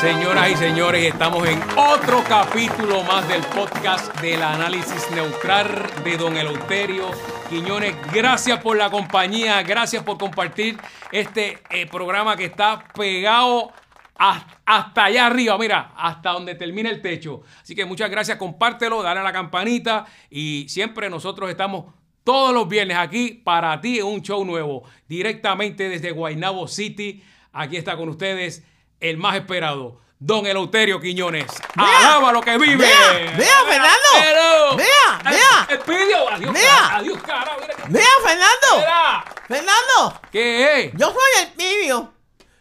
Señoras y señores, estamos en otro capítulo más del podcast del análisis neutral de Don Eleuterio Quiñones. Gracias por la compañía, gracias por compartir este eh, programa que está pegado a- hasta allá arriba, mira, hasta donde termina el techo. Así que muchas gracias, compártelo, dale a la campanita y siempre nosotros estamos todos los viernes aquí para ti en un show nuevo, directamente desde Guaynabo City. Aquí está con ustedes el más esperado, Don Eleuterio Quiñones. ¡Alaba lo que vive! Vea, vea, Fernando. Pero- Vea, Ay, vea. Elpidio, adiós, Vea. cara, adiós, cara, mira que- Mira, Fernando. Mira. Fernando, ¿Qué es? yo soy el tibio.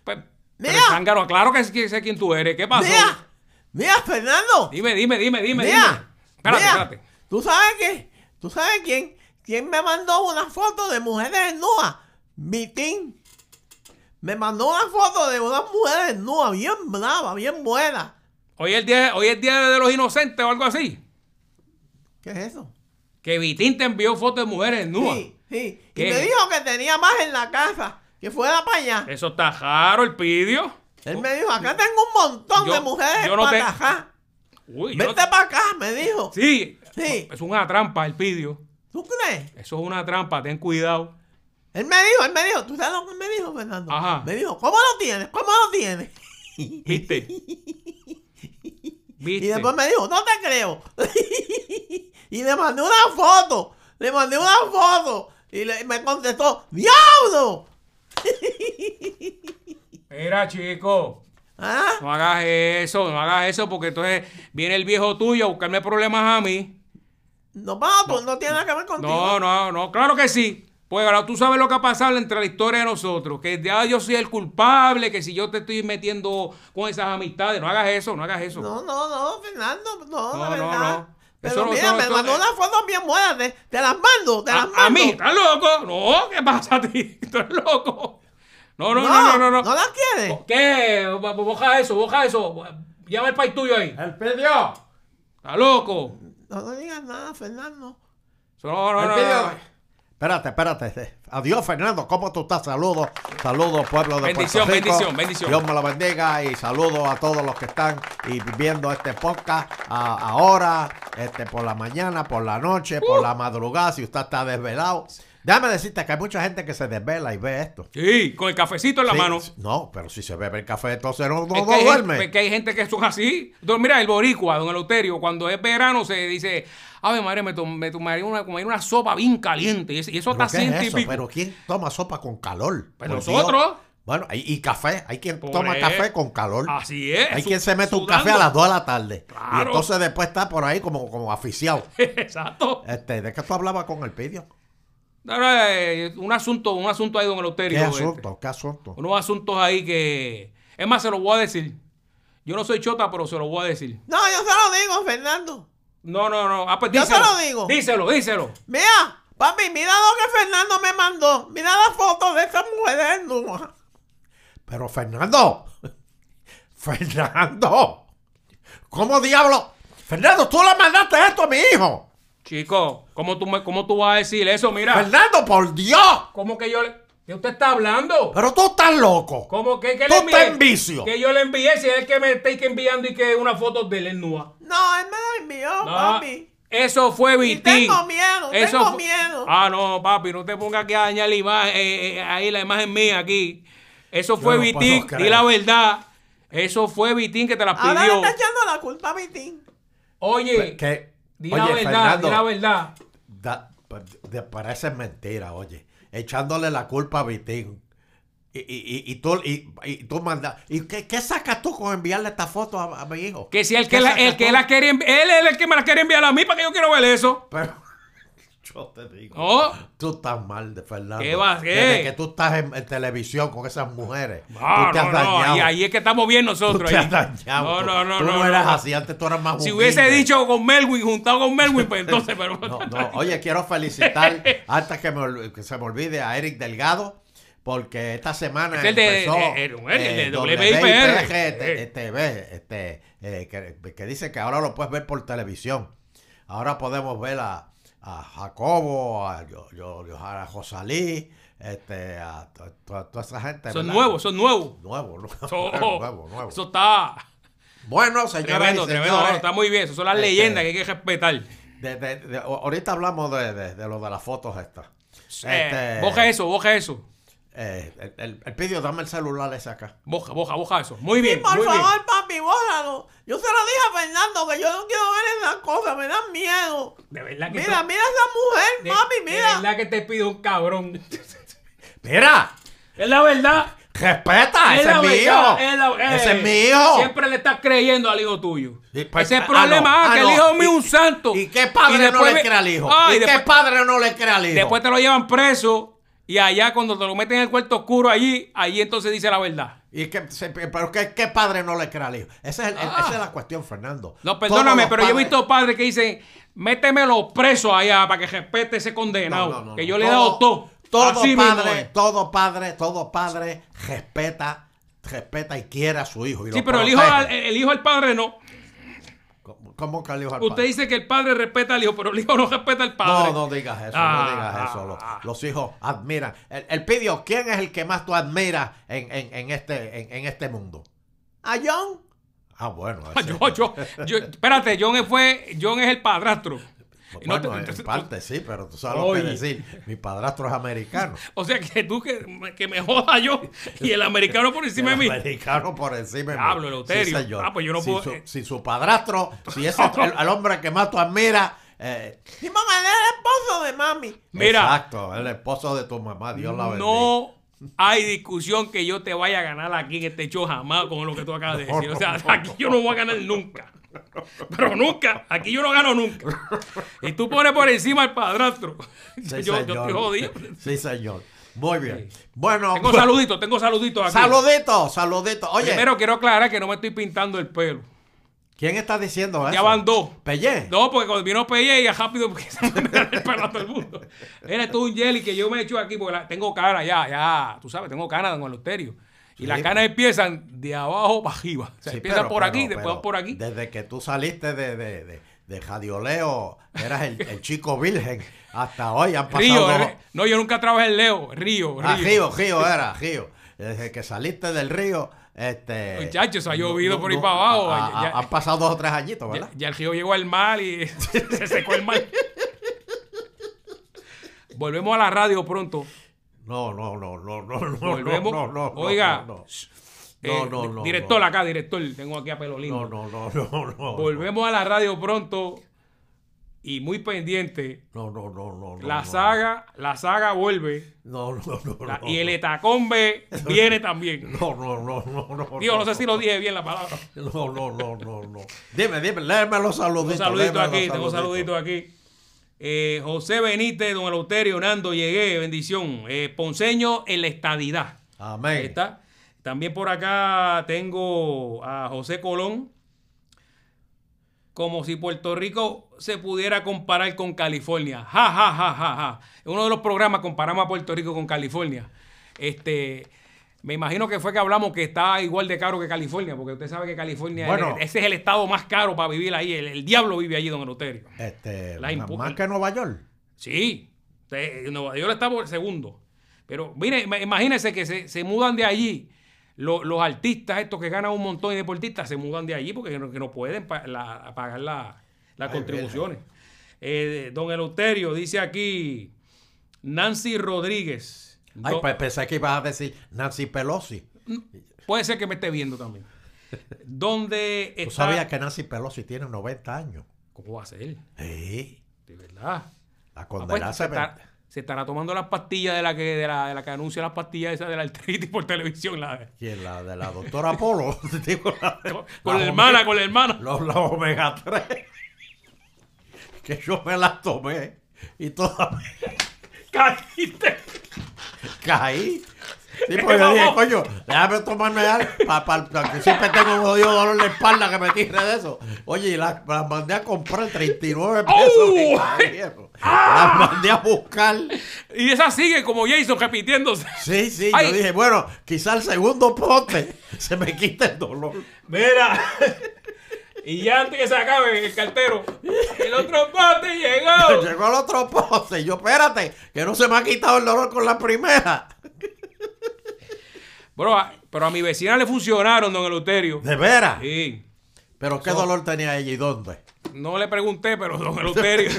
Pe- Mira. Pero Zángaro, claro que sé, sé quién tú eres. ¿Qué pasó? Mira, mira, Fernando. Dime, dime, dime, dime. dime. Mira, Espérate, mira. espérate. ¿Tú sabes qué? ¿Tú sabes quién? ¿Quién me mandó una foto de mujeres desnudas? Vitín. Me mandó una foto de una mujer desnuda, bien brava, bien buena. Hoy es, día, hoy es día de los inocentes o algo así. ¿Qué es eso? Que Vitín te envió fotos de mujeres desnudas. Sí, sí. Y ¿Qué? me dijo que tenía más en la casa, que fuera para allá. Eso está raro, el pidio. Él me dijo, acá tengo un montón Yo- de mujeres yo no para te- acá. Uy, yo no- Vete para acá, me dijo. Sí. Sí. Es una trampa, el pidio. ¿Tú crees? Eso es una trampa, ten cuidado. Él me dijo, él me dijo, ¿tú sabes lo que me dijo, Fernando? Ajá. Me dijo, ¿cómo lo tienes? ¿Cómo lo tienes? ¿Viste? Y ¿Viste? después me dijo, no te creo. y le mandé una foto, le mandé una foto. Y le- me contestó, ¡Diablo! Mira, chico. ¿Ah? No hagas eso, no hagas eso, porque entonces viene el viejo tuyo a buscarme problemas a mí. No, papá, tú no tiene nada que ver contigo. No, no, no, claro que sí. Pues ahora tú sabes lo que ha pasado entre la historia de nosotros, que ya yo soy el culpable, que si yo te estoy metiendo con esas amistades, no hagas eso, no hagas eso. No, no, no, Fernando, no, No, de no, verdad. no. Pero Eso no- mira, eso no- me eso- mandó una foto bien buena, te, te las mando, te las mando. a, a mí, ¿estás loco? No, ¿qué pasa a ti? Tú eres loco. No, no, no, no, no. no. Oh. ¿No las quieres? ¿Qué? Bo- bo- Boja eso, boja eso. Llama el país tuyo ahí. El pidió. ¿Estás loco? No, no digas nada, Fernando. No, no, El no, pidió. no. Espérate, espérate. Adiós, Fernando. ¿Cómo tú estás? Saludos, saludos, pueblo de Bendición, Puerto Rico. bendición, bendición. Dios me lo bendiga y saludos a todos los que están y viendo este podcast a- ahora, este, por la mañana, por la noche, por Uh. la madrugada, si usted está desvelado. Déjame decirte que hay mucha gente que se desvela y ve esto. Sí, con el cafecito en la Sí, mano. No, pero si se bebe el café, entonces no, no, Es no que hay duerme. gente- es que hay gente que son así. Entonces, mira, el boricua, don Eleuterio, cuando es verano se dice, a ver, madre, me, tom- me tomaré una, comeré una sopa bien caliente. Y es- y eso ¿Pero está qué es ciento y eso? pico. Pero ¿quién toma sopa con calor? Pues Por nosotros. Dios. Bueno, y, y café. Hay quien Por toma eso. café con calor. Así es. Hay su- quien se mete un sudando. café a las 2 de la tarde. Y Claro. entonces después está por ahí como, como aficiado. Exacto. Este, ¿De qué tú hablabas con el pidio? Ahora, eh, un asunto, un asunto ahí, don Eleuterio. ¿Qué este, asunto? ¿Qué asunto? unos asuntos ahí que. Es más, se los voy a decir. Yo no soy chota, pero se los voy a decir. No, yo se lo digo, Fernando. No, no, no. Ah, pues Yo te díselo. lo digo. Díselo, díselo. Mira, papi, mira lo que Fernando me mandó. Mira la foto de esa mujer desnuda. Pero Fernando. Fernando. ¿Cómo diablo? Fernando, tú le mandaste esto a mi hijo. Chico, ¿cómo tú, me- ¿cómo tú vas a decir eso? Mira. Fernando, por Dios. ¿Cómo que yo le.? ¿De usted está hablando? Pero tú estás loco. ¿Cómo que, que Tú estás en vicio. Que yo le envié, si es el que me está enviando y que una foto de él en nua. No, él me la envió, No, papi. Eso fue Vitín. tengo miedo, tengo fu- miedo. Ah, no, papi, no te pongas aquí a dañar la imagen, eh, eh, ahí la imagen mía aquí. Eso fue no Vitín, puedo di creer. la verdad. Eso fue Vitín que te la Ahora le pidió. está echando la culpa a Vitín. Oye, Que- di oye, la verdad, Fernando, di la verdad. da- pa- de- parece mentira, oye. Echándole la culpa a Vitín. Y, y, y, y tú, y, y tú manda- ¿Y qué, qué sacas tú con enviarle esta foto a, a mi hijo? Que si el ¿Qué que, la, sacas el que tú? la quiere envi- él es el que me la quiere enviar a mí para que yo quiero ver eso. Pero, yo te digo. No. Tú estás mal de Fernando. ¿Qué va a hacer? Desde que tú estás en, en televisión con esas mujeres. Ah, tú te has no, no, dañado. ahí, ahí es que estamos bien tú nosotros. te ahí. has dañado. No, Tú- no, no. Tú no, no, eras no. así, antes tú eras más Si hubiese humilde. dicho con Melwin, juntado con Melwin, pues entonces, pero. No, no, oye, quiero felicitar antes que, me ol- que se me olvide a Eric Delgado. Porque esta semana Es el de- empezó de- el- el de eh, WIPR. WIPR, Eh. te- TV, este, eh, que, que dice que ahora lo puedes ver por televisión. Ahora podemos ver a, a Jacobo, a, yo, yo- yo- a Josalí, este, a to- to- toda esa gente. Son ¿verdad? nuevos, son nuevos. Nuevo, nuevo, Eso, nuevo, nuevo. eso está. Bueno, señoras Tremendo, y tremendo. señores, no, está muy bien. Esas son las Este- leyendas que hay que respetar. Eh, de- de- de- ahorita hablamos de, de- de lo de las fotos estas. Eh, Este, boja eso, boja eso. eh, el, el- el pidio, dame el celular ese acá. Boja, boja, boja eso. Muy bien, Sí, por muy bien. favor, papi, bórralo. Yo se lo dije a Fernando que yo no quiero ver esas cosas, me dan miedo. De verdad que Mira, te- mira esa mujer, de- mami, De mira. verdad que te pido un cabrón. ¡Mira! es la verdad. ¡Respeta! Ah, ¡Ese es la mi verdad, hijo! es la- ¡Ese eh, es mi hijo! Siempre le estás creyendo al hijo tuyo. Y, pues, Ese es ah, el problema, no, ah, ah, que el no. hijo mío es ¿Y- un santo. ¿Y qué padre no después le ve- crea al hijo? Ah, ¿Y, y qué después, padre no le crea al hijo? después te lo llevan preso y allá cuando te lo meten en el cuarto oscuro allí, allí entonces dice la verdad. ¿Y qué, se- pero qué, qué padre no le crea al hijo? Esa es, el- esa es la cuestión, Fernando. No, Todos perdóname, los pero yo he padres- visto padres que dicen, métemelo preso allá para que respete ese No, condenado. no, no, que no. yo le he dado todo. Todo Así mismo padre, es. todo padre, todo padre respeta, respeta y quiere a su hijo. y Sí, lo pero el hijo, eh, protege. el hijo del padre no. ¿Cómo, cómo que el hijo al Usted padre? dice que el padre respeta al hijo, pero el hijo no respeta al padre. No, no digas eso, Ah, no digas eso. Los, ah. los hijos admiran. El, el Pidio, ¿quién es el que más tú admiras en, en- en este, en, en este mundo? A John. Ah, bueno. Ah, ese- Yo, yo, yo- espérate, John fue, John es el padrastro. Bueno, No te- en parte sí, pero tú sabes lo Oye. que decir. Mi padrastro es americano. O sea que tú que, que me joda yo y el americano por encima de El mí. americano por encima de mí. Diablo, Eleuterio. Sí, señor. Ah, pues yo no si puedo- Su, eh. si su padrastro, si ese es el, el hombre que más tú admiras. eh, Mi mamá era el esposo de mami. Mira. Exacto, el esposo de tu mamá, Dios la bendiga. No hay discusión que yo te vaya a ganar aquí en este show jamás con lo que tú acabas de No, decir. O sea, no, no, aquí yo no voy a ganar nunca. Pero nunca, aquí yo no gano nunca. Y tú pones por encima al padrastro. Sí, yo, yo señor. estoy jodido. Sí, señor. Muy bien. Bueno, Tengo saluditos, tengo saluditos aquí. saluditos, saluditos. Oye, Primero quiero aclarar que no me estoy pintando el pelo. ¿quién está diciendo eso? Ya van dos. Pellé. No, porque cuando vino Pelle ya rápido porque se me pegó el pelo a todo el mundo. Era todo un jelly que yo me he hecho aquí porque la- tengo cana ya, ya, tú sabes, tengo cana con el uterio. Y Sí. las canas empiezan de abajo para arriba. O sea, Sí, empiezan pero- por aquí, pero- después pero por aquí. Desde que tú saliste de, de, de, de Jadioleo, eras el, el chico virgen. Hasta hoy han pasado. Río, dos- eh, no, yo nunca trabajé en Leo, Río, Río. Ah, Río, Río era, Río. Desde que saliste del río, este. Muchacho, eso ha llovido por ahí no- para abajo. a- a- Ya- ya- han pasado dos o tres añitos, Ya- ¿verdad? Ya, el río llegó al mar y se secó el mar. Volvemos a la radio pronto. No, no, no, no, no, no, Volvemos. no, no, no, Oiga, no, no. eh, No, no, no, director no. acá, director, tengo aquí a Pelolín. No, no, no, no, no. Volvemos a la radio pronto y muy pendiente. No, no, no, no. no, la no. saga, la saga vuelve No, no, no, no. la- no. y el etacombe viene también. No, no, no, no, no. Digo, no sé si lo dije bien la palabra. No, no, no, no, no. Dime, dime, léeme Tengo los saluditos. saluditos léeme los aquí, tengo saluditos aquí. Eh, José Benítez, don Eleuterio, Nando, llegué, bendición. Eh, Ponceño en la estadidad. Ahí Amén. está. También por acá tengo a José Colón. Como si Puerto Rico se pudiera comparar con California. Ja, ja, ja, ja, ja. En uno de los programas comparamos a Puerto Rico con California. Este, me imagino que fue que hablamos que está igual de caro que California, porque usted sabe que California, Bueno. ese es el estado más caro para vivir ahí. El, el diablo vive allí, don Eleuterio. Este, La impu- más que Nueva York. Sí, Te- Nueva York está por segundo. Pero mire, ima- imagínense que se, se mudan de allí. Lo- los artistas, estos que ganan un montón de deportistas, se mudan de allí porque no, que no pueden pa- la- pagar la- las Ay, contribuciones. Eh, don Eleuterio dice aquí Nancy Rodríguez. Ay, Do- pues pensé que ibas a decir Nancy Pelosi. Puede ser que me esté viendo también. ¿Dónde Tú está? sabías que Nancy Pelosi tiene 90 años. ¿Cómo va a ser? Sí. De verdad. La Ah, pues, condenada se, se ve- está- se estará tomando las pastillas de la que, de la, de la que anuncia las pastillas esas de la artritis por televisión. La, ¿Quién? La de la doctora Polo. Digo, la- con, con la la hermana, omega- con la hermana. Los, los omega 3. Que yo me las tomé y todavía Caíste. caí. Sí, pues yo dije, coño, déjame tomarme algo. Pa, pa- pa- que siempre tengo un jodido dolor de espalda que me tire de eso. Oye, y las las mandé a comprar 39 pesos. que ¡Oh! cayeron. Ah. Las mandé a buscar. Y esa sigue como Jason repitiéndose. Sí, sí, Ay. yo dije, bueno, quizá el segundo pote se me quita el dolor. Mira. Y ya antes que se acabe el cartero, el otro pote llegó. Llegó el otro poste. y Yo, espérate, que no se me ha quitado el dolor con la primera. Bro, a- pero a mi vecina le funcionaron, don Eleuterio. De veras. Sí. Pero ¿qué So- dolor tenía ella y dónde? No le pregunté, pero don Eleuterio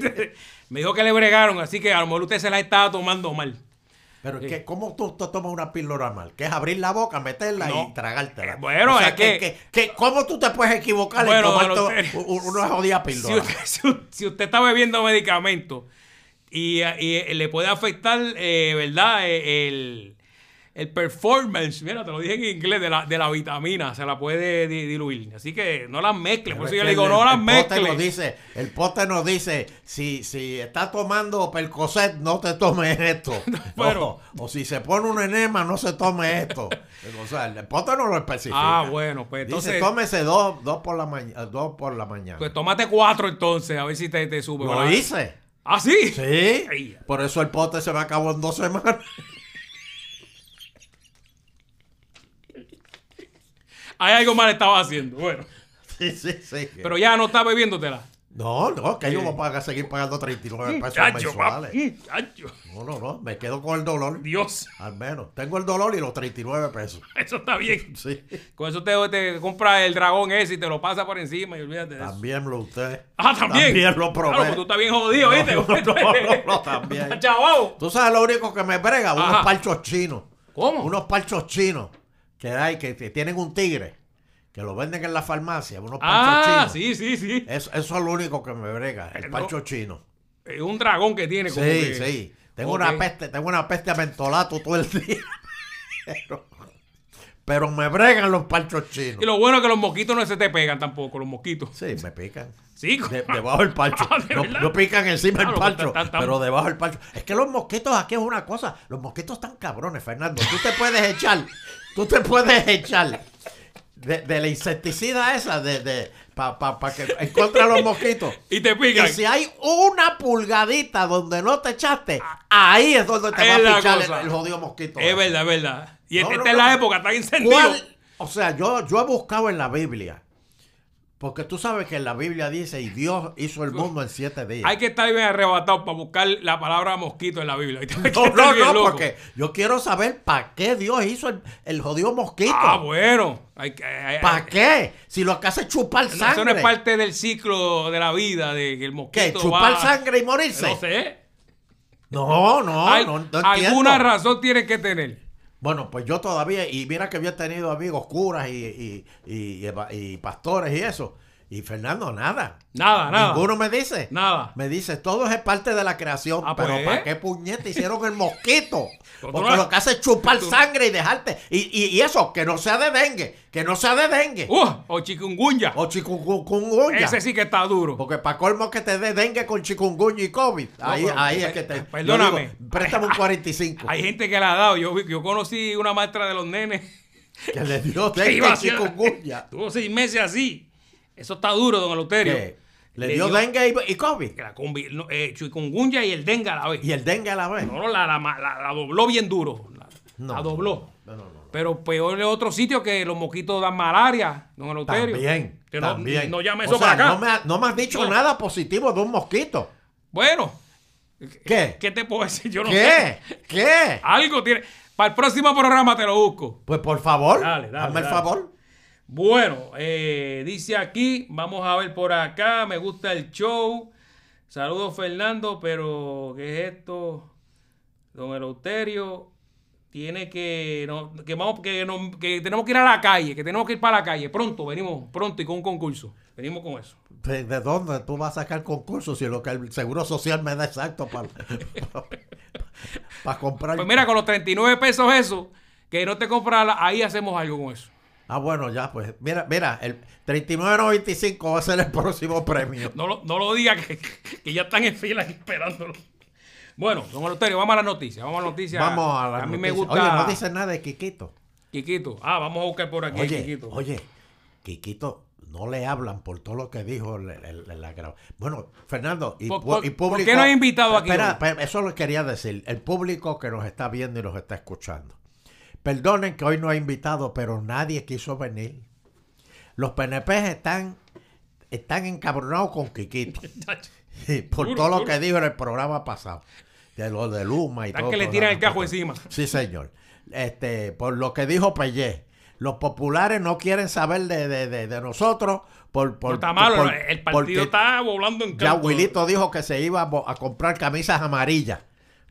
me dijo que le bregaron, así que a lo mejor usted se la estaba tomando mal. Pero Sí. ¿qué- ¿cómo tú, tú tomas una píldora mal? Que es abrir la boca, meterla No. y tragártela. Eh, bueno, es que- ¿Cómo tú te puedes equivocar Bueno, en tomar don to- Eleuterio, u- u- una jodida Si píldora? usted, si u- si usted está bebiendo medicamento y, y le puede afectar, eh, ¿verdad? Eh, El, el performance, mira, te lo dije en inglés, de la, de la vitamina, se la puede di- diluir. Así que no las mezcle. Por eso yo le digo, El- no las el pote nos mezcle. dice, el pote nos dice, si, si está tomando percocet, no te tomes esto. Bueno. o, o si se pone un enema, no se tome esto. O sea, el pote no lo especifica. Ah, bueno, pues entonces. dice, tómese dos, dos por la mañana, dos por la mañana. Pues tómate cuatro entonces, a ver si te, te sube. lo ¿verdad? hice. Ah, sí. Sí. Ay. Por eso el pote se me acabó en dos semanas. Hay algo mal estaba haciendo. Bueno, sí, sí, sí. pero ya no está bebiéndotela. no, no, que yo voy a seguir pagando 39 pesos Chacho, mensuales. papi, chacho. No, no, no, me quedo con el dolor. Dios, Al menos. Tengo el dolor y los 39 pesos. eso está bien. Sí. Con eso te, te compra el dragón ese y te lo pasa por encima y olvídate de eso. También lo usted. Ah, también. lo probé. Claro, pues tú estás bien jodido, No, ¿viste? no, no, no, también. Estás chavao. Tú sabes lo único que me brega, Ajá. unos parchos chinos. ¿Cómo? Unos parchos chinos que hay, que, que tienen un tigre, que lo venden en la farmacia, unos parchos Ah, chinos. sí, sí, sí. Eso, eso es lo único que me brega, Eh, el no. parcho chino. Es un dragón que tiene. Sí, como que- sí. Tengo Ok. una peste, tengo una peste a mentolato todo el día. Pero, pero me bregan los parchos chinos. Y lo bueno es que los mosquitos no se te pegan tampoco, los mosquitos. Sí, me pican. Sí, De- co- debajo del parcho. Ah, ¿de no, verdad? Ah, no pican encima del Claro, parcho, tan- tan- pero debajo del parcho. Es que los mosquitos aquí es una cosa. Los mosquitos están cabrones, Fernando. Tú te puedes echar. Tú te puedes echar. De, de la insecticida esa, de, de, para que en contra de los mosquitos. Y te Y pican. si hay una pulgadita donde no te echaste, ahí es donde te Es va la a pichar cosa. el, el jodido mosquito. Es verdad, es verdad. Y No, esta no, esta es no. la época, está encendido. ¿Cuál? O sea, yo, yo he buscado en la Biblia. Porque tú sabes que en la Biblia dice, y Dios hizo el mundo en siete días. Hay que estar bien arrebatado para buscar la palabra mosquito en la Biblia. Hay que No, estar no, bien no, loco. porque yo quiero saber para qué Dios hizo el, el jodido mosquito. Ah, bueno. Hay que- hay- ¿Para qué? Si lo que hace es chupar No, Eso no sangre. es parte del ciclo de la vida, de que el ¿Qué? mosquito ¿Chupar va- sangre y morirse? No sé. No, no, Al- no, no alguna entiendo. razón tiene que tener. Bueno, pues yo todavía, y mira que yo he tenido amigos curas y, y- y- y eva- y pastores y eso. Y Fernando, nada. Nada, nada. Ninguno me dice. Nada. Me dice, todo es parte de la creación, Ah, pero pues. ¿para qué puñete hicieron el mosquito? Tú Porque no- lo que hace es chupar tú- sangre y dejarte. Y, y- y eso, que no sea de dengue, que no sea de dengue. Uh, o chikungunya. O chikungunya. Ese sí que está duro. Porque para colmo que te dé dengue con chikungunya y COVID. ahí pero- eh, ahí es que te. perdóname. yo digo, préstame un 45. Hay gente que la ha dado. Yo, vi- yo conocí una maestra de los nenes. Que le dio que iba dengue y así. chikungunya. Tuvo seis meses así. Eso está duro, don Eleuterio. Que Le dio dengue y- y COVID. que la combi- no, eh, chikungunya y el dengue a la vez. Y el dengue a la vez. No, no, la, la- la- la dobló bien duro. La, No. la dobló. No, no, no. Pero peor es otro sitio que los mosquitos dan malaria, don Eleuterio. También. Que no- también. No, llame O eso sea, para acá. No me, ha- no me has dicho No. nada positivo de un mosquito. Bueno, ¿Qué? ¿qué te puedo decir? Yo no sé. ¿Qué? ¿Qué? Algo tiene. Para el próximo programa te lo busco. Pues por favor, Dale, dale, hazme el dale. favor. Bueno, eh, dice aquí, vamos a ver por acá, me gusta el show. Saludos Fernando, pero ¿qué es esto? Don Eleuterio tiene que no, que vamos que, no- que tenemos que ir a la calle, que tenemos que ir para la calle pronto, venimos pronto y con un concurso. Venimos con eso. ¿De, de dónde tú vas a sacar concursos si lo que el Seguro Social me da exacto para comprar? Pues mira, con los 39 pesos eso, que no te compras la- ahí hacemos algo con eso. Ah, bueno, ya, pues mira, mira, el 39.95 va a ser el próximo premio. No lo, no lo diga que, que ya están en fila aquí esperándolo. Bueno, don Eleuterio, vamos a las noticias. Vamos a las noticias. Vamos a la mí me noticia. gusta. Oye, no dice Este nada de Quiquito. Quiquito. Ah, vamos a buscar por aquí, Oye, Quiquito. oye, Quiquito, no le hablan por todo lo que dijo en la grabación. Bueno, Fernando, y, ¿Por- pu- por- y público. por qué no has invitado aquí Espera, hoy? espera, eso lo quería decir. El público que nos está viendo y nos está escuchando. Perdonen que hoy no ha invitado, pero nadie quiso venir. Los PNP están, están encabronados con Quiquito. Sí, por Duro, todo lo duro. que dijo en el programa pasado. De lo de Luma y Están todo. que le todo tiran lo el cajo pasado. encima. Sí, señor. Este, por lo que dijo Pellé. Los populares no quieren saber de, de- de- de nosotros. Por, por, Pero está malo, por- el partido porque está volando en Ya canto. Wilito dijo que se iba a bo- a comprar camisas amarillas.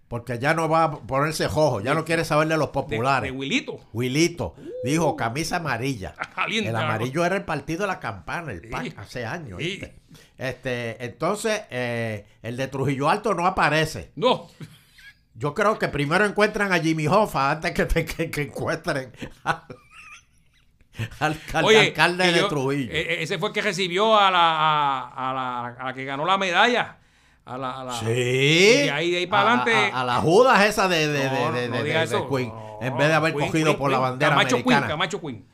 Porque ya no va a ponerse jojo. Ya no quiere saber de los de, populares. de Wilito. Wilito dijo camisa amarilla. Caliente, ah, el amarillo era el partido de la campana, el PAC, Sí. hace años. Sí. ¿viste? Este, entonces, eh, el de Trujillo Alto no aparece. No, Yo creo que primero encuentran a Jimmy Hoffa antes que, que- que encuentren al, al- al oye, alcalde que de yo- Trujillo. eh, eh, ese fue el que recibió a la, a, a la, a la que ganó la medalla. A la, a la- sí. Y de ahí, de ahí para A- adelante. A, a las Judas esa de, de, de- Eh, No, de- no de- diga de- eso. de Queen. No, en vez de haber Queen, cogido Queen, por la Queen. bandera Camacho americana. Queen, Camacho Queen.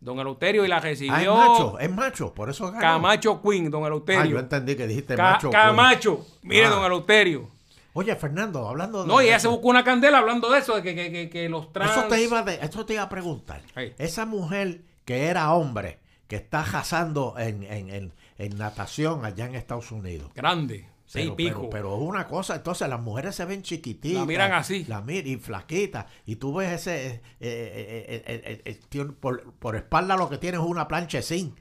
Don Eleuterio y la recibió. Ah, es macho, es macho, por eso ganó. Camacho Queen, don Ah, yo Eleuterio. entendí que dijiste Ca- macho. Queen. Camacho. Mire, Ah. don Eleuterio. Oye, Fernando, hablando de. No, y ella se buscó una candela hablando de eso, de que, que, que, que los trans... Eso te, iba de, eso te iba a preguntar. Ay. Esa mujer que era hombre, que está jazando en, en, en- en natación allá en Estados Unidos. Grande, seis pero, pico. Pero, pero es una cosa, entonces las mujeres se ven chiquititas. La miran así. La mir- y flaquitas. Y tú ves ese. eh, eh, eh, eh, eh, eh, tiene- por, por espalda lo que tienes es una plancha sin.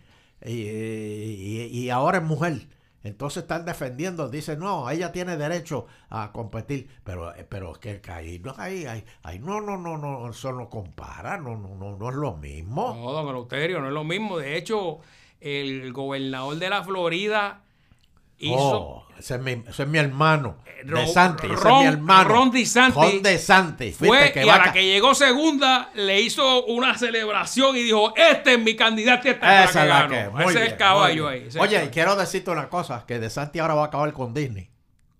Y, y- y ahora es mujer. Entonces están defendiendo, dicen, no, ella tiene derecho a competir, pero eh, pero que que ahí no, ahí, ahí, ahí no, no, no, no, eso no compara, no, no, no, no es lo mismo. No, don Eleuterio, no es lo mismo. De hecho, el gobernador de la Florida hizo... Oh, ese, es mi, ese es mi hermano, Eh, Ro- de Santi, ese Ron- es mi hermano. Ron DeSantis. Ron DeSantis, Fue viste que y a va la ca- que llegó segunda le hizo una celebración y dijo, este es mi candidato y esta es Esa la es que la ganó. que- muy Ese es bien, el caballo muy ahí. ese bien. es el Oye, caballo. y quiero decirte una cosa, que De Santi ahora va a acabar con Disney.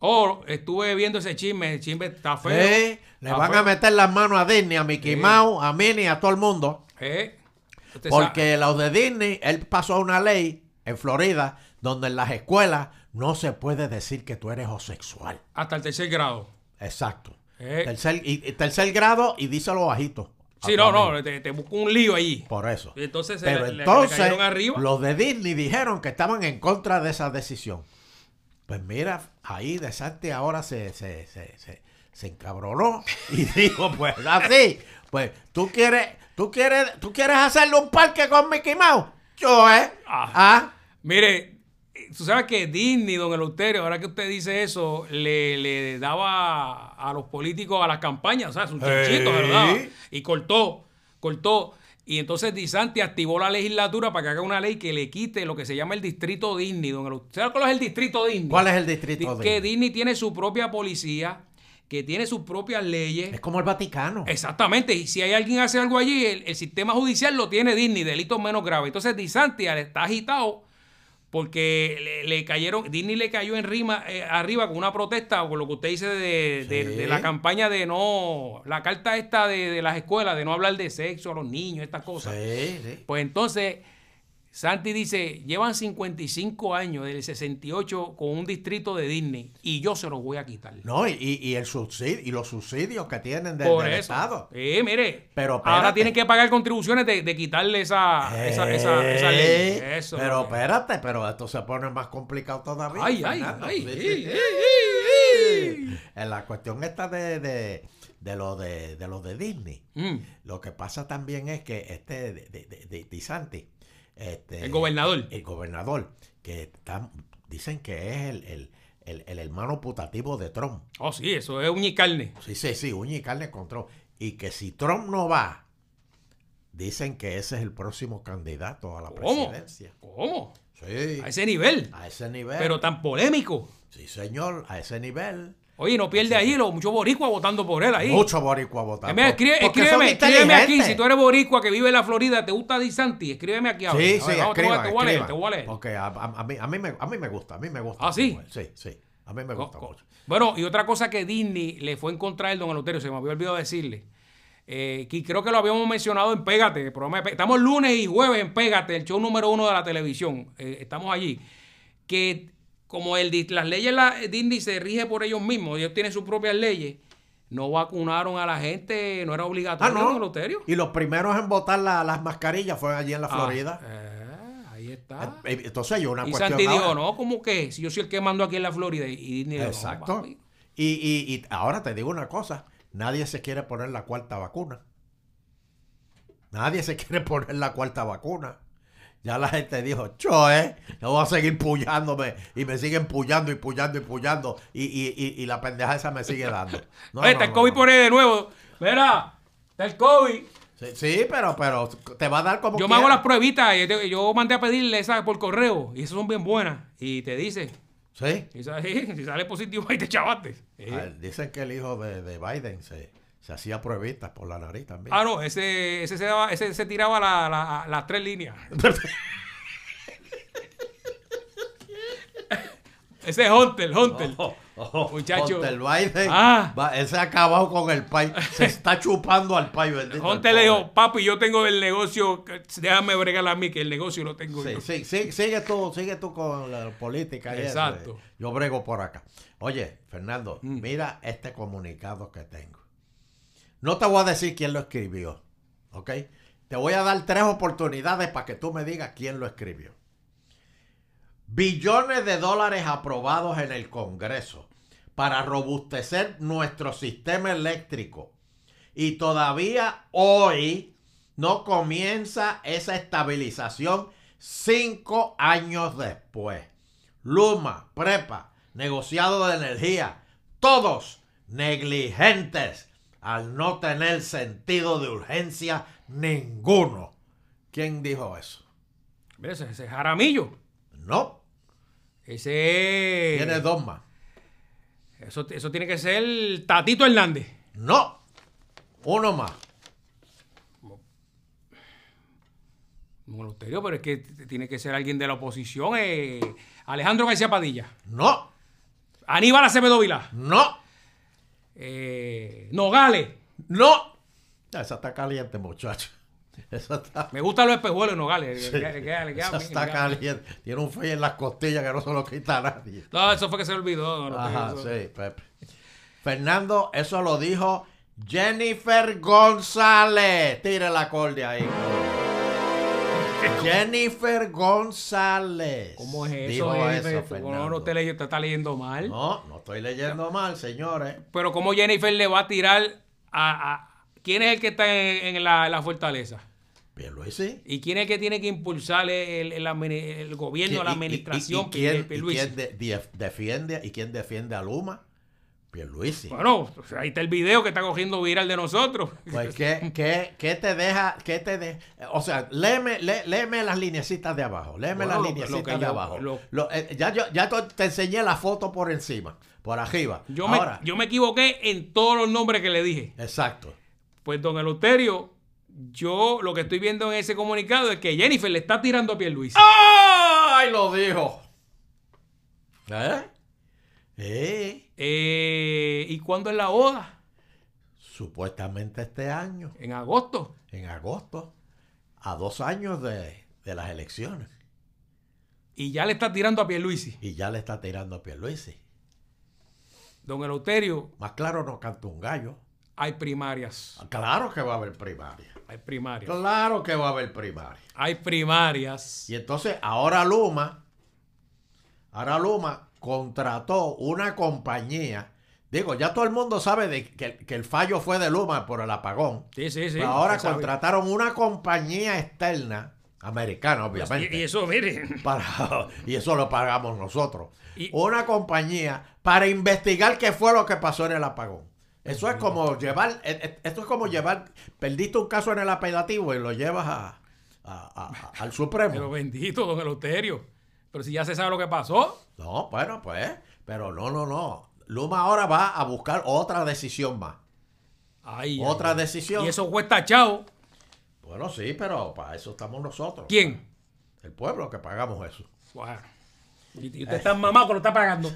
Oh, estuve viendo ese chisme, el chisme está feo. Sí, le Está van feo. a meter las manos a Disney, a Mickey Sí. Mouse, a Minnie, a todo el mundo. Eh, usted sabe. Porque los de Disney, él pasó una ley en Florida donde en las escuelas no se puede decir que tú eres homosexual. Hasta el tercer grado. Exacto. Eh. Tercer, y, y tercer grado y díselo bajito. a Sí, tu no, amigo. no, te, te busco un lío allí. Por eso. Y entonces se Pero le- le- le entonces, cayeron arriba. los de Disney dijeron que estaban en contra de esa decisión. Pues mira, ahí de Santi ahora se, se, se, se, se encabronó y dijo, pues así, pues tú quieres, tú quieres, tú quieres hacerle un parque con Mickey Mouse. Yo, ¿eh? Ah. Ah, Mire, tú sabes que Disney, don Eleuterio, ahora que usted dice eso, le, le daba a los políticos a las campañas, o sea, sus Hey. chinchitos, ¿verdad? Y cortó, cortó. Y entonces Disanti activó la legislatura para que haga una ley que le quite lo que se llama el distrito Disney, don Eleuterio. ¿Sabes cuál es el distrito Disney? ¿Cuál es el distrito Di- de Que Disney tiene su propia policía, que tiene sus propias leyes. Es como el Vaticano. Exactamente, y si hay alguien hace algo allí, el, el sistema judicial lo tiene Disney, delitos menos graves. Entonces Disantia está agitado porque le, le cayeron, Disney le cayó en rima, eh, arriba con una protesta, con lo que usted dice de, de- Sí. de la campaña de no, la carta esta de, de las escuelas, de no hablar de sexo a los niños, estas cosas. Sí, sí. Pues entonces, Santi dice, llevan 55 años del 68 con un distrito de Disney y yo se los voy a quitar. No, y, y- y el subsidio, y los subsidios que tienen del, Por del eso. Estado. Eh, mire. Pero ahora espérate. tienen que pagar contribuciones de, de quitarle esa, esa, esa, esa ley. Eh, Eso. pero eh. espérate, pero esto se pone más complicado todavía. Ay, ay, Fernando. ay. Sí, ey, sí, ey, sí. ey, ey. En la cuestión esta de, de, de lo de, de lo de Disney, Mm, lo que pasa también es que este de, de, de- de- de Santi, este, El gobernador. el gobernador, que está- dicen que es el, el- el- el hermano putativo de Trump. Oh, sí, eso es uña y carne. Sí, sí, sí, uña y carne con Trump. Y que si Trump no va, dicen que ese es el próximo candidato a la ¿Cómo? presidencia. ¿Cómo? Sí. Ah, eh. A ese nivel. A ese nivel. Pero tan polémico. sí, señor, a ese nivel. Oye, no pierde ahí los muchos boricuas votando por él ahí. Mucho boricua votando. Eh, mira, escribe- Porque son escríbeme, escríbeme aquí. inteligentes. Si tú eres boricua que vive en la Florida, ¿te gusta Disanti? Escríbeme aquí ahora. Sí, A ver, sí, vamos, te voy a- escriban, te voy a leer, escriban. te voy a leer. Porque a, a- a mí, a, mí me, a mí me gusta, a mí me gusta. ¿Ah, sí? Sí, sí. A mí me Co- gusta co- mucho. Bueno, y otra cosa que Disney le fue en contra del Don Eleuterio, se me había olvidado decirle. eh, que creo que lo habíamos mencionado en Pégate, el programa de Pé- Estamos lunes y jueves en Pégate, el show número uno de la televisión. eh, estamos allí. Que como el, di- las leyes la, Disney se rige por ellos mismos, ellos tienen sus propias leyes. No vacunaron a la gente, no era Ah, obligatorio Don no. Eleuterio. Y los primeros en votar la- las mascarillas fueron allí en la Ah, Florida. eh, ahí está. Eh, Entonces hay una Y cuestión. Santi dijo, ahora. no, ¿cómo que? Si yo soy el que mando aquí en la Florida. Y Disney dijo, "No, Exacto. papi". Y, y- y ahora te digo una cosa: nadie se quiere poner la cuarta vacuna. Nadie se quiere poner la cuarta vacuna. Ya la gente dijo, yo, eh, yo voy a seguir pullándome y me siguen pullando y pullando y pullando y, y, y, y la pendeja esa me sigue dando. No, Oye, no, está el no, COVID no. por ahí de nuevo. Mira, está el COVID. Sí, sí, pero, pero te va a dar como Yo me quiera. hago las pruebitas. y te- Yo mandé a pedirle esas por correo. Y esas son bien buenas. Y te dice. Sí. Y sale, si sale positivo, ahí te chavaste. Eh. Ah, Dicen que el hijo de, de Biden se, se hacía pruebitas por la nariz también. Ah, no, ese, ese, se, daba- ese se tiraba la- la- las tres líneas. ese es Hunter, Hunter. Oh, oh, Muchacho. Hunter Biden, Ah. va- él se ha acabado con el país. Se está chupando al país, bendito. Hunter el le pobre. dijo, papi, yo tengo el negocio, déjame bregar a mí, que el negocio lo tengo yo. Sí, sí, sí, sigue tú, sigue tú con la política. y eso, Exacto. eh. Yo brego por acá. Oye, Fernando, Mm. mira este comunicado que tengo. No te voy a decir quién lo escribió, ¿ok? Te voy a dar tres oportunidades para que tú me digas quién lo escribió. Billones de dólares aprobados en el Congreso para robustecer nuestro sistema eléctrico. Y todavía hoy no comienza esa estabilización cinco años después. Luma, Prepa, negociado de energía, todos negligentes al no tener sentido de urgencia ninguno. ¿Quién dijo eso? Mira, ese, ese es Jaramillo. No, Ese tiene dos más. eso, eso tiene que ser Tatito Hernández. No, uno más. Monasterio, pero es que t- tiene que ser alguien de la oposición. eh, Alejandro García Padilla. No, Aníbal Acevedo Vilá. no, eh, Nogales. no. Esa está caliente, muchacho. Esa está Me gustan los espejuelos, Nogales. Sí. Le queda- le queda- le queda Esa bien, está le queda bien. caliente. Tiene un frío en las costillas que no se lo quita a nadie. No, eso fue que se olvidó. no, no, Ajá, eso- sí, Pepe. Fernando, eso lo dijo Jennifer González. Tire el acorde ahí. Jennifer González. ¿Cómo es eso? Dijo Jennifer? eso, Tú, no, no, Fernando. usted leyó- usted está leyendo mal. No, no estoy leyendo mal, señores. Pero ¿cómo Jennifer le va a tirar a... a- ¿Quién es el que está en, en la, en la fortaleza? Bien, lo hice. ¿Y quién es el que tiene que impulsar el, el admini- el gobierno, la ¿Y- y- y- administración? y, quién, y Pierluisi? quién de- dief- defiende, ¿Y quién defiende a Luma? Pierluisi. Bueno, o sea, ahí está el video que está cogiendo viral de nosotros. Pues, ¿qué, qué, qué te deja? ¿Qué te de- O sea, léeme, lé- léeme las lineecitas de abajo. Léeme Bueno, las lo- lo que lineecitas de yo- abajo. lo- Lo- eh, ya yo- ya to- te enseñé la foto por encima, por arriba. Yo, Ahora, me, yo me equivoqué en todos los nombres que le dije. exacto. Pues, don Eleuterio, yo lo que estoy viendo en ese comunicado es que Jennifer le está tirando a Pierluisi. ¡Ah! ¡Ay, lo dijo! ¿Eh? Eh, Eh, ¿Y cuándo es la boda? supuestamente este año, En agosto. en agosto, a dos años de, de las elecciones. Y ya le está tirando a Pierluisi. Y ya le está tirando a Pierluisi. Don Eleuterio, Más claro no canta un gallo. hay primarias. Claro que va a haber primaria. Hay primarias. Claro que va a haber primaria. Hay primarias. Y entonces ahora Luma, ahora Luma contrató una compañía. Digo, ya todo el mundo sabe de que, que el fallo fue de Luma por el apagón. Sí, sí, sí. Pero ahora se sabe. contrataron una compañía externa, americana obviamente. Y, y eso, mire. para- y eso lo pagamos nosotros. Y- una compañía para investigar qué fue lo que pasó en el apagón. Eso es como llevar, e- e- esto es como llevar, perdiste un caso en el apelativo y lo llevas a- a- a- a- al Pero Supremo. bendito, don Eleuterio. Pero si ya se sabe lo que pasó. No, bueno, pues, pero no, no, no. Luma ahora va a buscar otra decisión más. Ay, Otra ay, ay. decisión. Y eso juez tachado. Bueno, sí, pero para eso estamos nosotros. ¿Quién? El pueblo que pagamos eso. Bueno. Y, y Eh. usted está mamado que lo está pagando.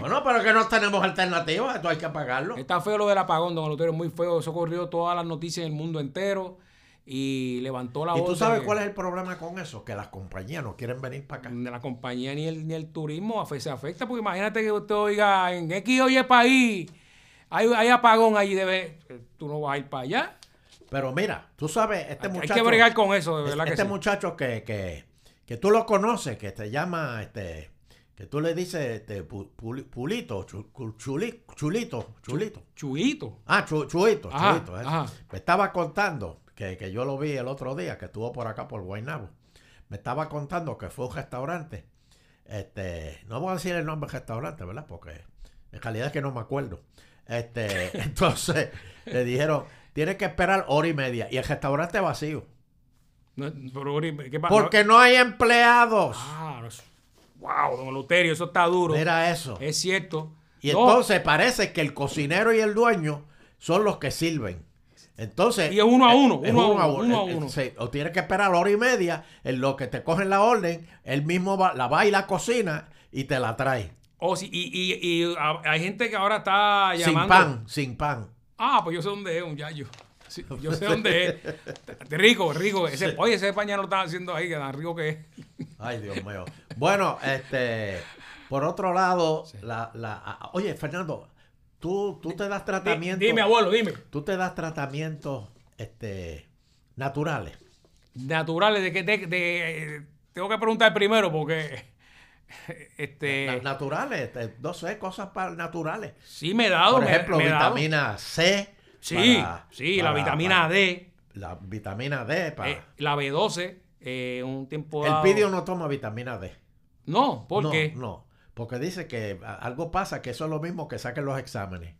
Bueno, pero que no tenemos alternativa, esto hay que pagarlo. Está feo lo del apagón, don Eleuterio, muy feo. Eso corrió todas las noticias en el mundo entero y levantó la ¿Y voz tú sabes de, cuál es el problema con eso? Que las compañías no quieren venir para acá. de la compañía ni el, ni el turismo afe- se afecta. Porque imagínate que usted oiga en X oye país, hay, hay apagón allí, debe, tú no vas a ir para allá. Pero mira, tú sabes, este Hay- hay, muchacho. que bregar con eso, de verdad este que sí. muchacho que, que, que tú lo conoces, que te llama, este, que tú le dices este, pu- puli- pulito, chu- cu- chuli- chulito, chulito. Chuito. Ah, chu- chuito, Ajá, chuito. eh. ajá. Me estaba contando que que, que yo lo vi el otro día, que estuvo por acá por Guaynabo, me estaba contando que fue a un restaurante. Este, no voy a decir el nombre del restaurante, ¿verdad? Porque en realidad es que no me acuerdo. Este, entonces le dijeron, tienes que esperar hora y media y el restaurante vacío. No, pero, Uri, ¿qué pasa? Porque no hay empleados. Ah, no es- wow, don Eleuterio, eso está duro. Mira eso. Es cierto. Y No, entonces parece que el cocinero y el dueño son los que sirven. Entonces. Y es uno a uno, es uno a uno, uno a Eh, eh, uno. se- o tienes que esperar hora y media en lo que te cogen la orden, él mismo va- la va y la cocina y te la trae. oh, sí, y, y- y, ah, hay gente que ahora está llamando. Sin pan, sin pan. Ah, pues yo sé dónde es, un yayo. Sí, yo sé dónde es. T- Rico, rico. Ese, Oye, ese pañal lo están haciendo ahí, que tan rico que es. Ay, Dios mío. Bueno, este. Por otro lado, la, la- a- oye, Fernando, tú, tú te das Di- tratamiento. Dime, abuelo, dime. Tú te das tratamientos este, naturales. Naturales, de que de, de- tengo que preguntar primero porque este Na- naturales, este, no sé, cosas para naturales. sí me he dado, Por me- ejemplo, me he dado. vitamina C. Sí, para- sí, la para- vitamina para- D, La vitamina D. Para, eh, la B12, eh, un tiempo el dado- pidio no toma vitamina D. No, ¿por no, qué? No, porque dice que a- algo pasa, que eso es lo mismo que saquen los exámenes.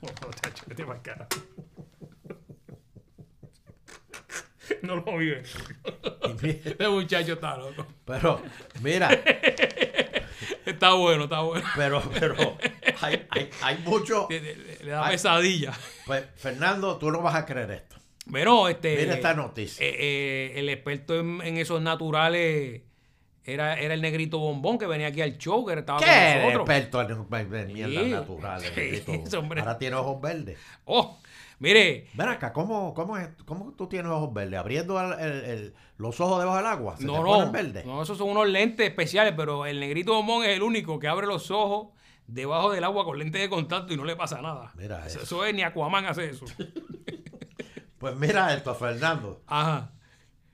No, chacho, vete pa'l carajo. No lo vive. Y mi- Este muchacho está loco. Pero, mira, Está bueno, está bueno. pero, pero, hay, hay, hay mucho. Le, le- le da Ay. pesadilla. Fe- Fernando, tú no vas a creer esto. Pero este. Mira esta noticia. eh, eh, el experto en, en esos naturales era, era el negrito bombón que venía aquí al show, que estaba ¿Qué con eres nosotros. experto en, en mierdas Sí, naturales? sí, bendito? ese hombre. Ahora tiene ojos verdes. Oh, mire, Ven acá, ¿cómo, cómo, es, ¿cómo tú tienes ojos verdes? ¿Abriendo el- el- el- los ojos debajo del agua? ¿Se te no, ponen no, verdes? no, esos son unos lentes especiales, pero el negrito bombón es el único que abre los ojos debajo del agua con lentes de contacto y no le pasa nada. Mira eso, eso. eso es ni Aquaman hace eso. Pues mira esto, Fernando. Ajá.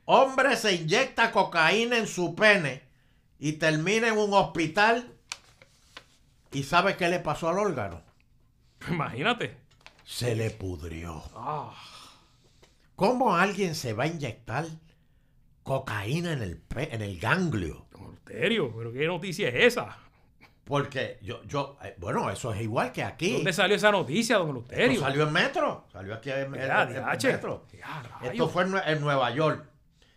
Hombre se inyecta cocaína en su pene y termina en un hospital. ¿Y sabe qué le pasó al órgano? Pues Imagínate. Se le pudrió. Ah, ¿Cómo alguien se va a inyectar cocaína en el, pe- en el ganglio? don Eleuterio, pero qué noticia es esa. Porque yo, yo, eh, bueno, eso es igual que aquí. ¿Dónde salió esa noticia, don Eleuterio? Esto salió en metro. Salió aquí en, en- Ya, en- en diache. metro. Ya, rayos. Esto fue en, Nue- en Nueva York.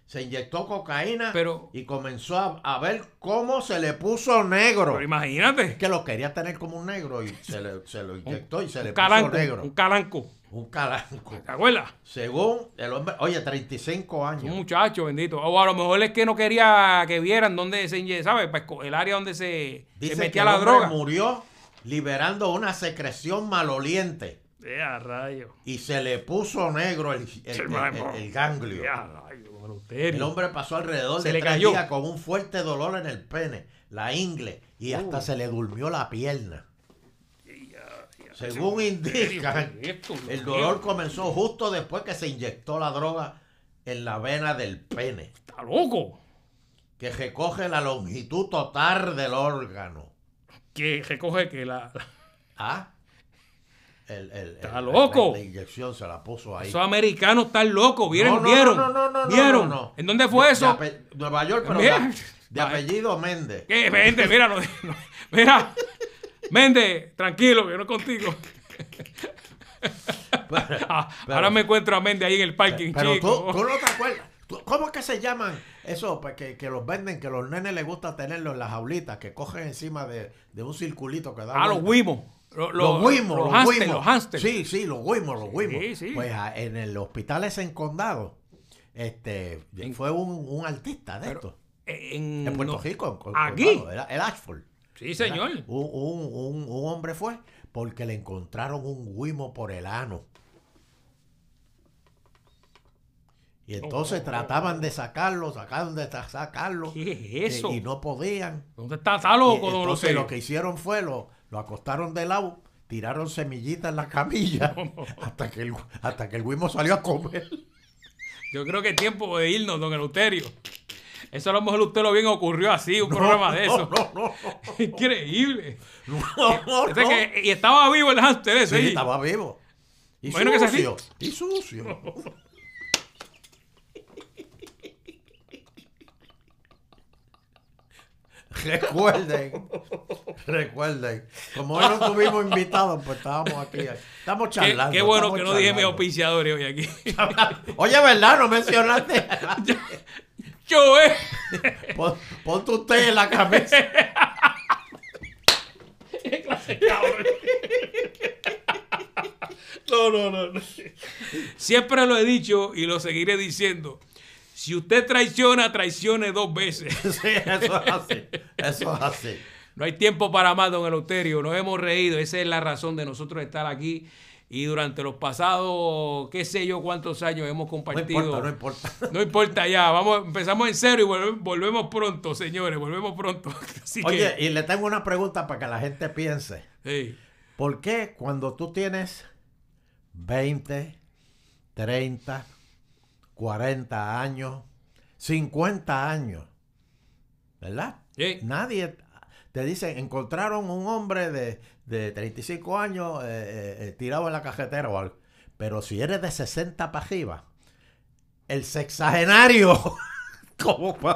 Se inyectó cocaína Pero- y comenzó a, a ver cómo se le puso negro. Pero imagínate. Es que lo quería tener como un negro y se, le- se lo inyectó y se le un puso calanco, negro. un calanco. Un calanco. ¿Te acuerdas? Según el hombre, oye, 35 Un años. muchacho, bendito. O a lo mejor es que no quería que vieran dónde se inye- ¿sabes? Para esco- el área donde se, se Dice que metía el la hombre droga. murió liberando una secreción maloliente Ya, rayo. y se le puso negro el, el- el- el- el ganglio. Ya, rayo, don El Eleuterio. hombre pasó alrededor Se de le tres cayó. días con un fuerte dolor en el pene, la ingle y hasta Uh. se le durmió la pierna. Según indican, Esto, el dolor comenzó justo después que se inyectó la droga en la vena del pene, Está loco. que recoge la longitud total del órgano. Que recoge que la. ¿Ah? El- el- Está el- la- loco. La, inyección se la puso ahí. Esos americanos están locos. ¿Vieron? No, no, ¿Vieron? no, no, no, no, ¿Vieron? no, no. ¿En dónde fue De- de eso? ape- Nueva York, pero Mira. de, de apellido Méndez. ¿Qué? Vente, mira, no- no- mira. Méndez, tranquilo, que no es contigo. Ah, Pero- ahora me encuentro a Méndez ahí en el parking, Pero chico. tú, tú no te acuerdas. Tú- ¿Cómo es que se llaman eso? Pues que, que los venden, que los nenes les gusta tenerlo en las jaulitas, que cogen encima de, de un circulito que da. ah, los vuelta? Wimos. Lo- lo- Los Wimos, los los hamster, Wimos. los hamster. Sí, sí, los Wimos, los Wimos. sí. Pues a- en el hospital ese en Condado, este, fue un, un artista de esto. En, En Puerto no. Rico, en Con- ¿Aquí? Condado, era el Ashford. Sí, señor. Era Un, un- un- un hombre fue porque le encontraron un guimo por el ano. Y entonces trataban de sacarlo, sacaban de tra- sacarlo. Oh. ¿Qué es eso? Y, y no podían. ¿Dónde está? Está Y loco, don entonces Rosario. lo que hicieron fue lo, lo acostaron de lado, tiraron semillitas en la camilla hasta que el, hasta que el guimo salió a comer. Yo creo que es tiempo de irnos, don Eleuterio. Eso a lo mejor usted lo bien ocurrió así, un programa de eso. No, no, Increíble. no, no, no, O sea no. que- y estaba vivo el hamster ese. Sí, ahí. estaba vivo. Y Bueno, que se sucio. y sucio. Recuerden, recuerden. Como hoy no tuvimos invitados, pues estábamos aquí. Estamos Qué- charlando. qué, bueno estamos que no dije mis charlando. auspiciadores hoy aquí. Oye, ¿verdad? No mencionaste. Yo, eh. Pon, ponte usted en la camisa. No, no, no, no. Siempre lo he dicho y lo seguiré diciendo. Si usted traiciona, traicione dos veces. Sí, eso es así. Eso es así. No hay tiempo para más, don Eleuterio. Nos hemos reído. Esa es la razón de nosotros estar aquí. Y durante los pasados, qué sé yo cuántos años hemos No compartido. importa, no importa. No importa ya, vamos, empezamos en cero y volve- volvemos pronto, señores, volvemos pronto. Así Oye, eh, y le tengo una pregunta para que la gente piense. que, hey, ¿Por qué cuando tú tienes 20, 30, 40 años, 50 años, ¿verdad? Sí. Nadie te dice, encontraron un hombre de, de 35 años eh, eh, eh, tirado en la cajetera o algo. Pero si eres de 60 para arriba, el sexagenario, como para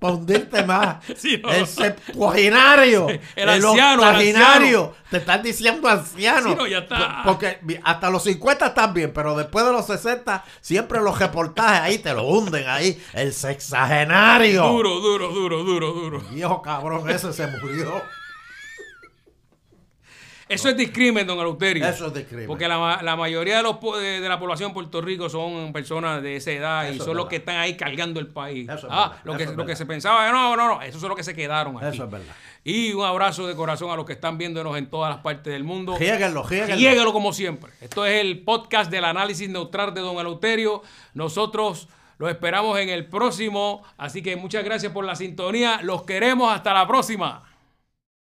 hundirte más, Sí, no. el septuaginario, el anciano, el octaginario, te están diciendo anciano. Sí, no, ya está. Po- Porque vi- hasta los 50 están bien, pero después de los 60 siempre los reportajes ahí te lo hunden ahí. El sexagenario. duro, duro, duro, duro, duro. Viejo cabrón, ese se murió. Eso es discrimen, don Eleuterio. Eso es discrimen. Porque la, ma- la mayoría de, los, po- de, de la población en Puerto Rico son personas de esa edad Eso y es son los verdad. que están ahí cargando el país. Eso es ah, verdad, lo, que, eso es lo que verdad. se pensaba, no, no, no, esos son los que se quedaron aquí. Eso es verdad. Y un abrazo de corazón a los que están viéndonos en todas las partes del mundo. Riéguenlo, riéguenlo. Lléguelo como siempre. Esto es el podcast del análisis neutral de Don Eleuterio. Nosotros los esperamos en el próximo. Así que muchas gracias por la sintonía. Los queremos. Hasta la próxima.